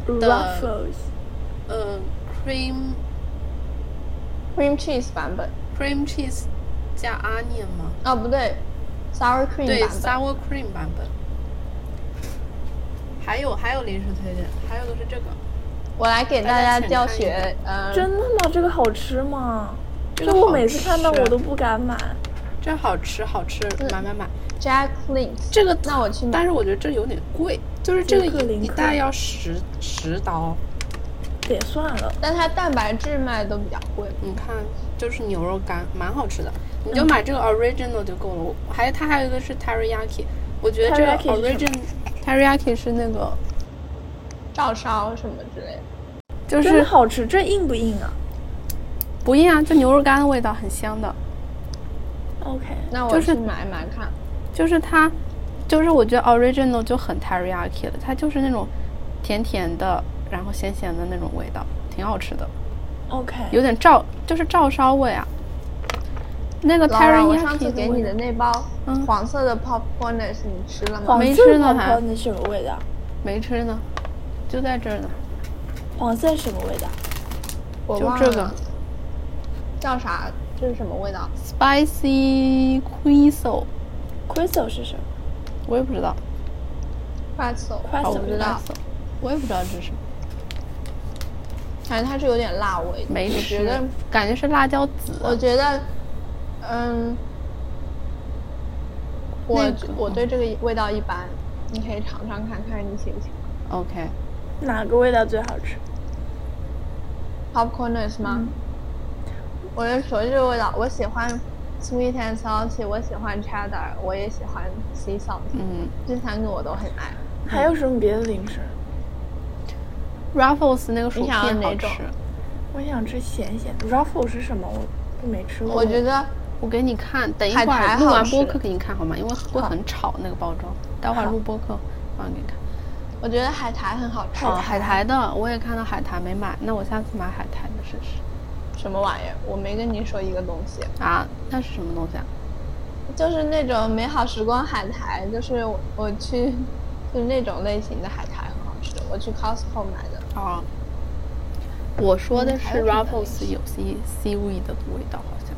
Ruffles 呃，cream cream cheese 版本 cream cheese 加 onion 吗？啊，不对，sour cream 对版本。 ，sour cream 版本。还有还有零食推荐，还有个是这个，我来给大大家家浅教看一学点，呃，真的吗？这个好吃吗？这这个我好每次看到吃我都不敢买。这好吃啊好吃，买买买。 Jack Links 这个那我去买但是我觉得这有点贵，就是这个杰克林一一克袋要十十刀。也算了，但它蛋白质卖都比较贵。你看，就是牛肉干，蛮好吃的。嗯你就买这个 original 就够了。我还它还有一个是 teriyaki，我觉得这个 teriyaki 是什 origin teriyaki 是那个照烧什么之类的。就真的是好吃，这硬不硬啊不一样，就牛肉干的味道很香的。 ？OK，那就我是去买买看。就是它，就是我觉得 original 就很 teriyaki 了，它就是那种甜甜的，然后咸咸的那种味道，挺好吃的， OK，有点照就是照烧味啊。那个老阮，我上 teriyaki 次给你的那包嗯黄色的 popcorn 是你吃了吗？黄没色吃呢泡还泡那什么味道？没吃呢，就在这儿呢，黄色什么味道？我就忘这个了叫啥，这是什么味道？ spicy queso， Crystal 是什么我也不知道，哦快手， Pretzel 我不知道， queso，我也不知道这是什么，反正它是有点辣味的。没我吃觉得，，感觉是辣椒籽。啊我觉得，嗯，我那个嗯我对这个味道一般，你可以尝尝看看你喜不喜欢。 OK，哪个味道最好吃？ popcorners 吗？我就喜欢这个味道，我喜欢 sweet and salty，我喜欢 cheddar，我也喜欢 sea salt，嗯这三个我都很爱。还有什么别的零食？ ，Ruffles 那个薯你片想要哪好吃种，我想吃咸咸的。Ruffle 是什么？我我没吃嗯过。我觉得我给你看，等一会海儿苔录好完播吃客给你看好吗？因为会很吵那个包装，待会儿录播客放给你看。我觉得海苔很好吃，哦，海苔的我也看到海苔没买，那我下次买海苔的试试什么玩意儿？我没跟你说一个东西，啊。那是什么东西啊？就是那种美好时光海苔，就是我我去就是那种类型的海苔很好吃，我去 Costco 买的。哦，我说的嗯还是有什么 Ruffles 有些 seaweed 的味道，好像。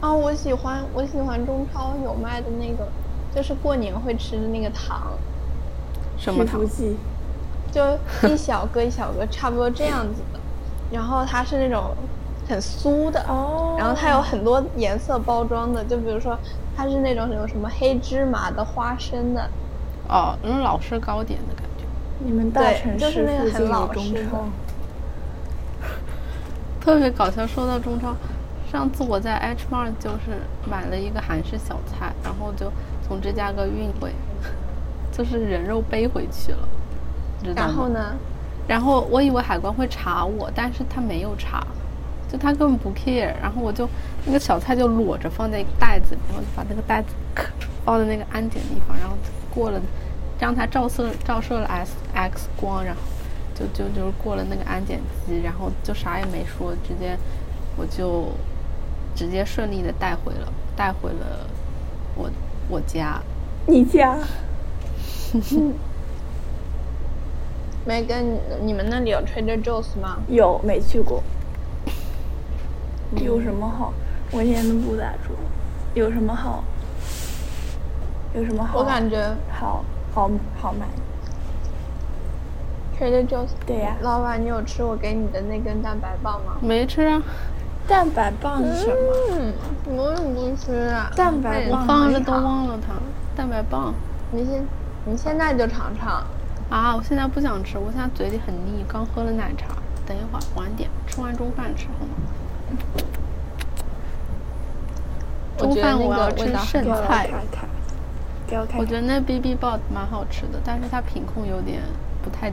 啊，我喜欢我喜欢中超有卖的那个，就是过年会吃的那个糖。什么去糖福？记就一小个一小个，差不多这样子的。然后它是那种很酥的，哦然后它有很多颜色包装的，就比如说它是那种有什么黑芝麻的、花生的，哦，那种老式糕点的感觉，你们大对城就市是那个附很近有老中式的超，特别搞笑。说到中超，上次我在 H Mart 就是买了一个韩式小菜，然后就从芝加哥运回， 就是人肉背回去了，知道吗然后？呢，然后我以为海关会查我，但是他没有查，就他根本不 care。然后我就那个小菜就裸着放在一个袋子里，然后就把那个袋子咔放在那个安检地方，然后过了，让它照射照射了 X X 光，然后就就就过了那个安检机，然后就啥也没说，直接我就直接顺利的带回了带回了我我家。你家梅根，你你们那里有 Trader Joe's 吗？有没去过？有什么好？我现在都不咋住。有什么好？有什么好？我感觉好好好买。 Trader Joe's 对呀、老板，你有吃我给你的那根蛋白棒吗？没吃啊，蛋白棒是什么？嗯，我也不吃啊。蛋白那棒你放着都忘了它。蛋白棒你现你现在就尝尝。啊，我现在不想吃，我现在嘴里很腻，刚喝了奶茶。等一会儿，晚点吃完中饭吃好吗？我中觉得饭那我要个吃味道剩很给我菜看看，给我看嗯我看。觉得那 BB 鲍蛮好吃的，但是它品控有点不太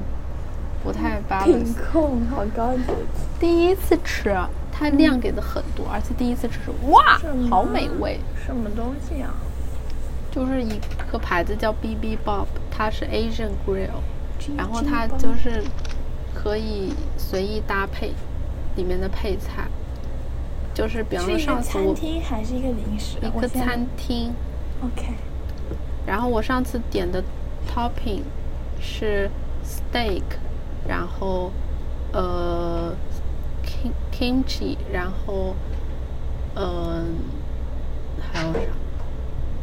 不嗯太 balance 品。控好高级，第一次吃，它量给的很多，而且第一次吃是哇是，吗好美味。什么东西啊？就是一个牌子叫 BB Bob，它是 Asian Grill，然后它就是可以随意搭配里面的配菜，就是比方说是一个上次餐我厅还是一个零食？一我个现在餐厅， OK，然后我上次点的 topping 是 steak，然后呃 kim kimchi，然后嗯、还有啥？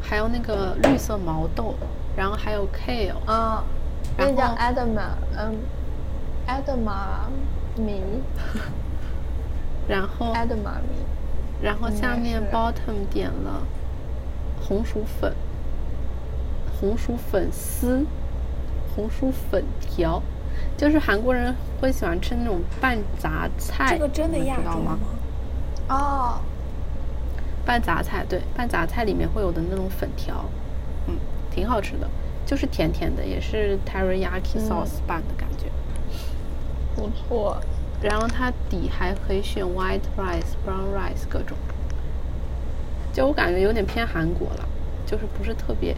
还有那个绿色毛豆，然后还有 kale，嗯，然那后叫 Adama，嗯，Adama 米然后，Adama 米。然后下面嗯应 bottom 点了红薯粉、红薯粉丝、红薯粉条，就是韩国人会喜欢吃那种拌杂菜，这个真的你们亚知道洲吗？？哦，拌杂菜，对，拌杂菜里面会有的那种粉条，嗯，挺好吃的，就是甜甜的，也是 teriyaki sauce 嗯拌的感觉。不错。然后它底还可以选 white rice、brown rice 各种，就我感觉有点偏韩国了，就是不是特别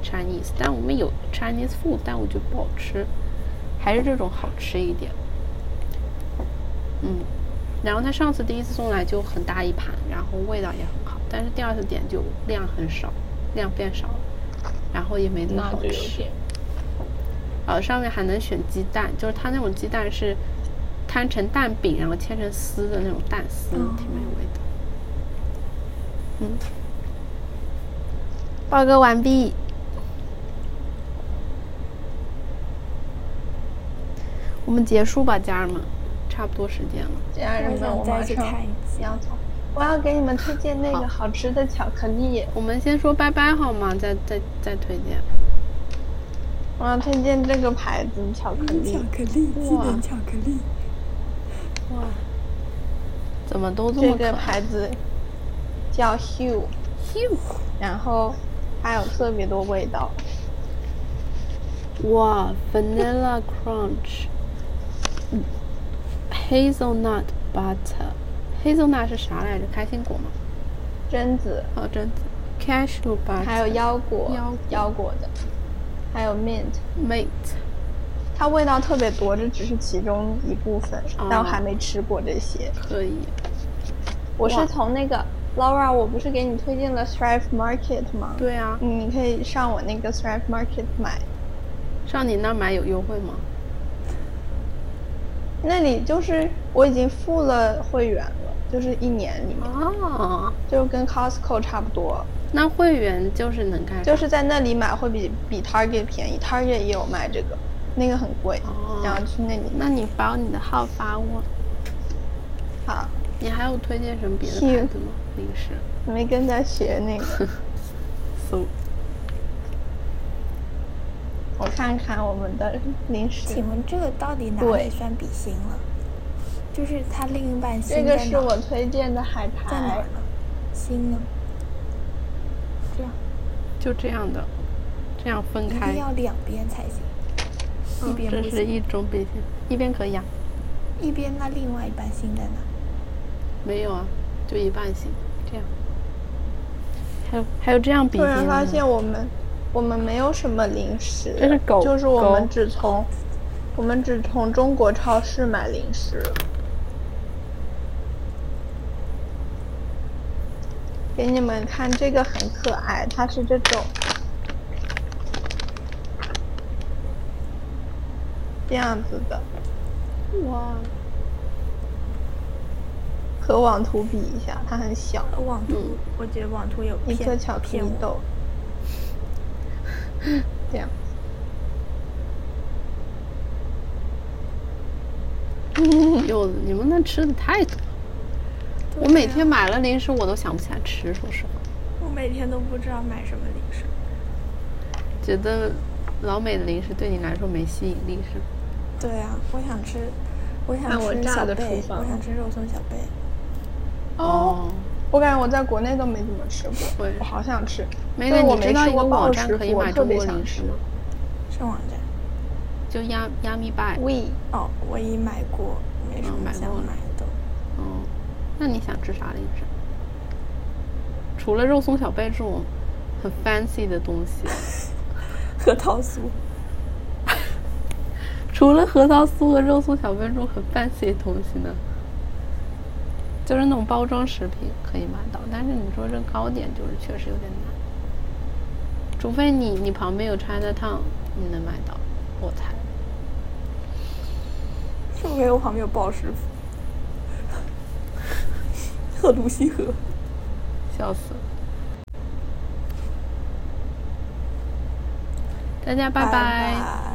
Chinese，但我们有 Chinese food，但我觉得不好吃，还是这种好吃一点。嗯，然后他上次第一次送来就很大一盘，然后味道也很好，但是第二次点就量很少，量变少了，然后也没那么嗯好吃。呃，上面还能选鸡蛋，就是它那种鸡蛋是摊成蛋饼，然后切成丝的那种蛋丝，挺美味的。嗯，报告完毕。我们结束吧，家人们，差不多时间了。家人我们，想我再马去上看一次。要走。我要给你们推荐那好个好吃的巧克力，我们先说拜拜好吗？再再再推荐。我要推荐这个牌子巧克力。克力，技能巧克力，哇，怎么都这这么可个爱？牌子叫 Hue，然后它有特别多味道。哇，vanilla crunch，嗯，hazelnut butter，hazelnut 是啥来着？开心果吗？榛子，哦，榛子，cashew butter，还有腰果，腰果果的，还有 mint， mate，它味道特别多，这只是其中一部分，但哦我还没吃过这些。可以。我哇是从那个 Laura，我不是给你推荐了 Thrive Market 吗？对啊，嗯，你可以上我那个 Thrive Market 买，上你那儿买有优惠吗？那里就是我已经付了会员了，就是一年里面，啊，就跟 Costco 差不多。那会员就是能干啥，就是在那里买会比比 Target 便宜，Target 也有卖这个，那个很贵，哦然后去那里买。那你把你的号发我。好，你还有推荐什么别的是牌子吗？零食我没跟他学那 个， ？so 我看看我们的零食。请问这个到底哪对里算比心了？就是它另一半心这个在是哪我推荐的海在哪苔儿，呢？心呢？这样就这样的，这样分一开定，要两边才行，一哦嗯边这是不行，一种比心，一边可以啊。一边那另外一半心在哪？没有啊，就一半型，这样。还有还有这样比突心然发的，现我们我们没有什么零食，这是狗就是我狗们只从我们只从中国超市买零食。给你们看这个很可爱，它是这种这样子的，哇，和网图比一下，它很小，网图，嗯我觉得网图有一 骗颗巧克骗力我，豆，这样。有你们那吃的太多了，我每天买了零食我都想不起来吃，说实话，我每天都不知道买什么零食。觉得老美的零食对你来说没吸引力是吗？对啊，我想吃，我想看我吃炸小的厨贝，房我想吃肉松小贝。哦，我感觉我在国内都没怎么吃过对，我好想吃。没但了，我你知没道吃一个过网鲍站食可以腐，买我特中别国零想食吃吗？。上网站就 Yum Yummy Buy。喂，哦，我已买过，没什嗯么买想过了买的。哦，那你想吃啥零食？除了肉松小贝这种很 fancy 的东西，核桃酥，除了核桃酥和肉松小贝这种很 fancy 的东西呢，就是那种包装食品可以买到，但是你说这糕点就是确实有点难，除非你你旁边有 China Town，你能买到，我猜。是不是我旁边有鲍师傅？ 和泸溪河，笑死了。大家拜拜拜拜